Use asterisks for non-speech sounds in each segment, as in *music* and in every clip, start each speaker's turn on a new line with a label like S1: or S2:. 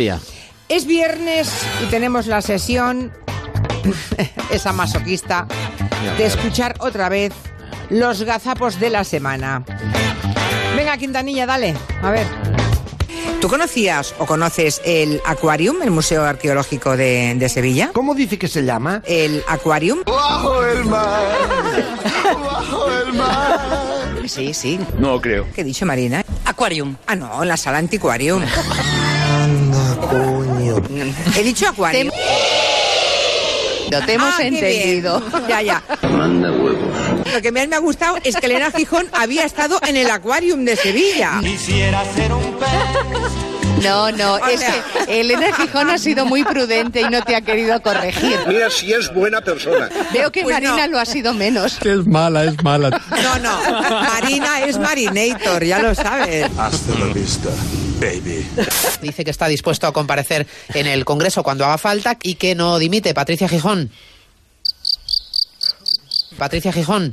S1: Día.
S2: Es viernes y tenemos la sesión, *laughs* esa masoquista, de escuchar otra vez los gazapos de la semana. Venga, Quintanilla, dale, a ver.
S3: ¿Tú conocías o conoces el Aquarium, el Museo Arqueológico de, de Sevilla?
S1: ¿Cómo dice que se llama?
S3: El Aquarium.
S4: Bajo el mar, bajo el mar.
S3: Sí, sí.
S5: No creo.
S3: ¿Qué he dicho, Marina?
S6: Aquarium.
S3: Ah, no, la sala antiquarium. He dicho Aquarium.
S6: Lo te hemos
S3: Ah, qué *laughs*
S6: entendido.
S3: bien. Ya, ya. Lo que más me ha gustado es que Elena Gijón había estado en el Aquarium de Sevilla.
S6: No,
S3: *laughs*
S6: no, es
S3: sea.
S6: que Elena Gijón ha sido muy prudente y no te ha querido corregir.
S5: Mira si es buena persona.
S6: Veo que
S3: Pues
S6: Marina
S3: no.
S6: lo ha sido menos.
S1: Es mala, es mala.
S3: No, no. Marina es Marinator, ya lo sabes.
S4: Hasta la vista, baby.
S7: Dice que está dispuesto a comparecer en el Congreso cuando haga falta y que no dimite. Patricia Gijón. Patricia Gijón.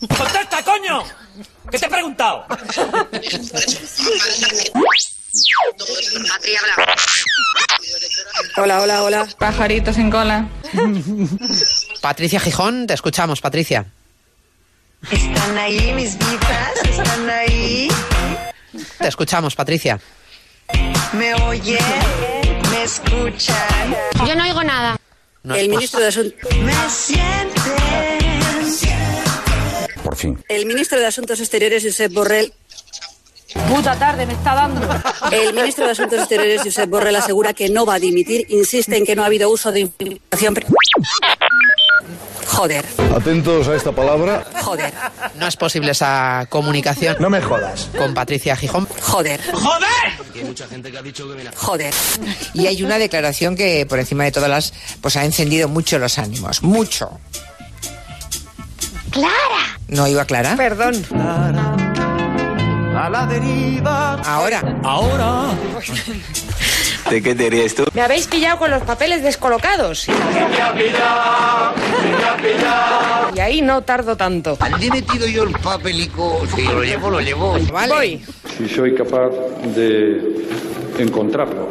S8: ¡Contesta, coño! ¿Qué te he preguntado?
S9: Hola, hola, hola. Pajaritos en cola.
S7: Patricia Gijón, te escuchamos, Patricia.
S9: Están ahí mis vidas, están ahí.
S7: Te escuchamos, Patricia.
S9: Me oyen, me escuchan,
S10: Yo no oigo nada.
S7: No-
S9: El ministro de Asuntos. Me sienten.
S5: Por fin.
S9: El ministro de Asuntos Exteriores, Josep Borrell. Puta tarde, me está dando. El ministro de Asuntos Exteriores, Josep Borrell, asegura que no va a dimitir. Insiste en que no ha habido uso de información. pri- Joder,
S4: Atentos a esta palabra.
S9: joder,
S7: no es posible esa comunicación
S4: No me jodas.
S7: con Patricia Gijón.
S9: joder,
S8: ¡Joder!
S9: joder.
S3: Y hay una declaración que, por encima de todas las, pues ha encendido mucho los ánimos. Mucho.
S10: ¡Clara!
S3: ¿No iba Clara?
S2: Perdón.
S4: A la deriva.
S3: Ahora.
S8: Ahora.
S5: ¿De qué te harías tú?
S10: Me habéis pillado con los papeles descolocados. Y ahí no tardo tanto.
S5: Le he metido yo el papelico. Si lo llevo, lo llevo.
S3: Vale.
S10: Voy.
S11: si soy capaz de *laughs* encontrarlo.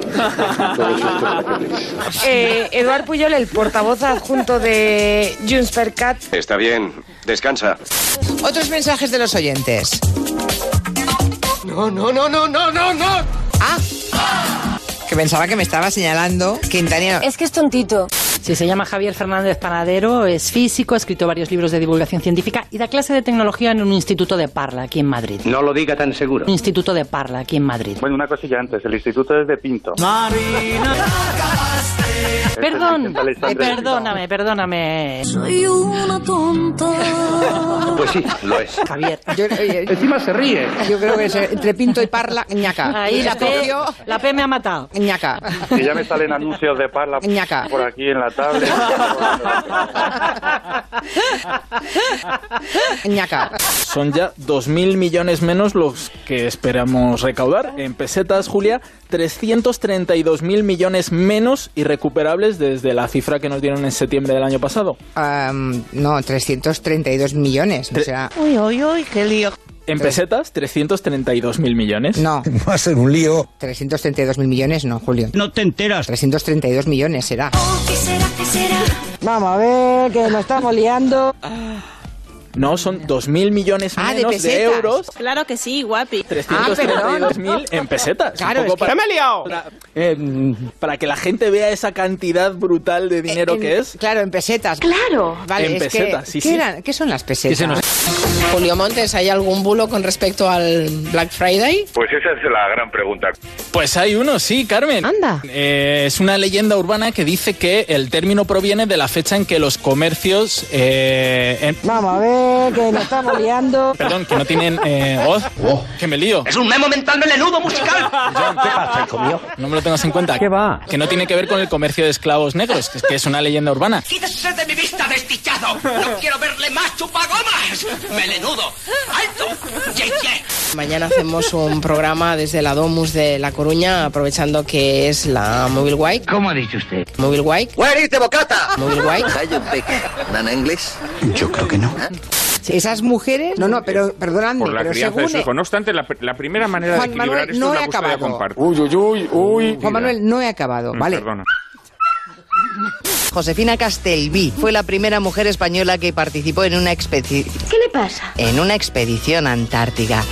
S11: Todos estos papeles.
S10: Eh, Eduard Puyol, el portavoz adjunto de Junts per Cat.
S5: Está bien. Descansa.
S3: Otros mensajes de los oyentes. No, no, no, no, no, no, no. Ah. Que pensaba que me estaba señalando Quintanilla.
S10: Es que es tontito.
S6: Si se llama Javier Fernández Panadero, es físico, ha escrito varios libros de divulgación científica y da clase de tecnología en un instituto de Parla, aquí en Madrid.
S5: No lo diga tan seguro.
S6: Instituto de Parla, aquí en Madrid.
S11: Bueno, una cosilla antes, el instituto es de Pinto.
S6: Perdón,
S11: Este es el Alexander.
S6: perdóname, perdóname,
S9: Soy una tonta.
S5: Pues sí, lo es.
S6: Javier.
S3: Yo, eh,
S11: Encima se ríe.
S3: yo creo que es, eh, entre Pinto y Parla, ñaca.
S6: Ahí la P,
S3: cogió,
S6: la P me ha matado.
S3: ñaca.
S11: Que ya me salen anuncios
S6: *laughs*
S11: de parla
S3: Ñaca.
S11: por aquí en la tablet.
S3: ñaca.
S8: Son ya 2.000 millones menos los que esperamos recaudar. En pesetas, Julia, 332.000 millones menos irrecuperables desde la cifra que nos dieron en septiembre del año pasado.
S3: Am, Em, no, 332 millones. O sea,
S6: Uy, uy, uy, qué lío.
S8: En pesetas, 332.000 millones.
S3: no,
S4: *laughs* Va a ser un lío.
S3: 332 mil millones, no, Julio.
S8: No te enteras.
S3: 332 millones será.
S8: No, son 2.000 millones
S3: Ah, de
S8: menos de,
S3: pesetas.
S8: euros.
S6: Claro que sí, guapi.
S8: 332.000 en pesetas.
S3: Claro,
S8: Un poco
S3: es que-
S8: para, Para, eh, para que la gente vea esa cantidad brutal de dinero
S3: Eh, En-
S8: que es.
S3: Claro, en pesetas.
S10: Claro.
S3: Vale,
S8: En
S3: es que-
S8: pesetas, sí,
S3: ¿qué,
S8: sí.
S3: eran- ¿Qué son las pesetas?
S7: Julio Montes, ¿hay algún bulo con respecto al Black Friday?
S5: Pues esa es la gran pregunta.
S8: Pues hay uno, sí, Carmen.
S7: Anda.
S8: Eh, es una leyenda urbana que dice que el término proviene de la fecha en que los comercios. eh, en-
S2: Vamos a ver, que nos estamos liando.
S8: *laughs* perdón, que no tienen. eh, ¡Oh! ¡Que me lío!
S5: Es un memo mental melenudo musical.
S8: ¿Qué pasa, hijo mío? No me lo tengas en cuenta. ¿Qué va? Que no tiene que ver con el comercio de esclavos negros, que es, que es una leyenda urbana.
S5: Quítese de mi vista, desdichado. No quiero verle más chupagomas. Melenudo. Alto. Ye, ye.
S7: Mañana hacemos un programa desde la Domus de La Coruña, aprovechando que es la Mobile Wike.
S5: ¿Cómo ha dicho usted?
S7: Mobile Wike.
S5: ¡Where is the bocata?
S7: Mobile Wike.
S5: ¿Ah? ¿Nana inglés? Yo creo que no.
S11: Esas mujeres, no, no, pero perdonadme,
S12: por la
S11: pero
S12: crianza de
S11: según
S12: su
S3: e-
S12: hijo. No obstante, la, la primera manera
S11: Juan
S12: de equilibrar
S11: Manuel,
S12: esto es
S11: no he
S12: la búsqueda
S11: acabado.
S12: compartida.
S11: Uy, uy, uy, uy. Juan
S12: Mira.
S11: Manuel, no he acabado,
S12: Mm,
S11: vale.
S12: Perdona.
S3: Josefina Castelví fue la primera mujer española que participó en una expedición. ¿Qué le pasa? En una expedición a Antártica.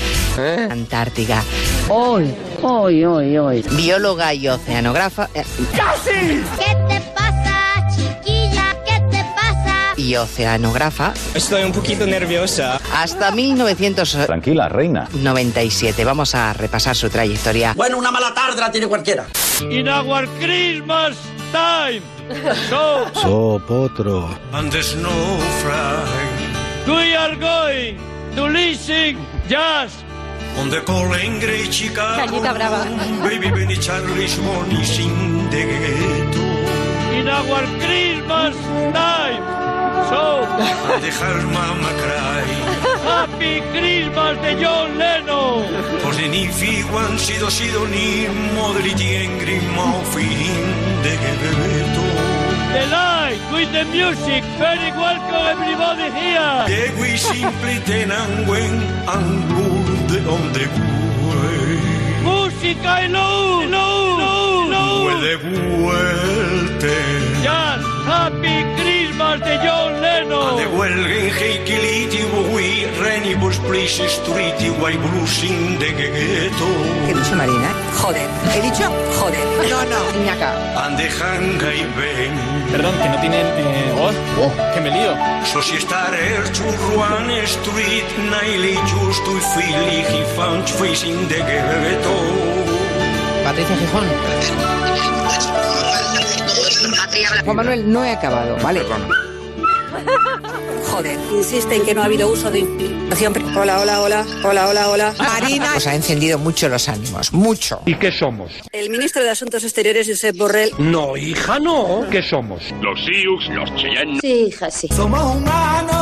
S3: Antártica. ¿Eh? Hoy, hoy, hoy, hoy. Bióloga y oceanógrafa. eh,
S4: ¡Casi! ¿Qué te pasa, chiquilla? ¿Qué te pasa?
S3: y oceanógrafa. Estoy un poquito nerviosa. Hasta 1900. Tranquila, reina. 97. Vamos a repasar su trayectoria.
S5: Bueno, una mala tarde la tiene cualquiera. In our Christmas time. So,
S13: Sopotro.
S5: And the We are going to listen jazz. On the calling great Chicago.
S14: Cañita brava.
S5: Baby Benny Charlie's morning sing the ghetto. In our Christmas time. So. And the hard mama cry. Happy Christmas de John Lennon. Por the nifi one sido sido ni modriti en grimo fin de ghetto. The light with the music. Very welcome everybody here. Yeah, we simply ten and when and good on the way. Música y luz, luz, luz, luz. Vuelve, vuelte. Yes, happy Christmas de John Lennon. And the welgen heikiliti we renibus please street why blues in the ghetto.
S11: ¿Qué he dicho, Marina?
S9: Joder.
S11: ¿He dicho? Joder. No, no, Iñaka.
S5: And the hanga y ven.
S8: Perdón, que no tienen eh, voz. que me lío.
S5: So si estar el churruan street, naili justo y fili, he found facing the ghetto.
S11: Patricia Gijón. Juan Manuel, no he acabado, ¿vale?
S9: Joder. Insiste en que no ha habido uso de infiltración. Hola, hola, hola. Hola, hola, hola.
S11: Marina. Os ha encendido mucho los ánimos, mucho.
S5: ¿Y qué somos?
S9: El ministro de Asuntos Exteriores, Josep Borrell.
S5: No, hija, no. ¿Qué somos?
S12: Los Sioux, los chilenos.
S9: Sí, hija, sí. Somos humanos.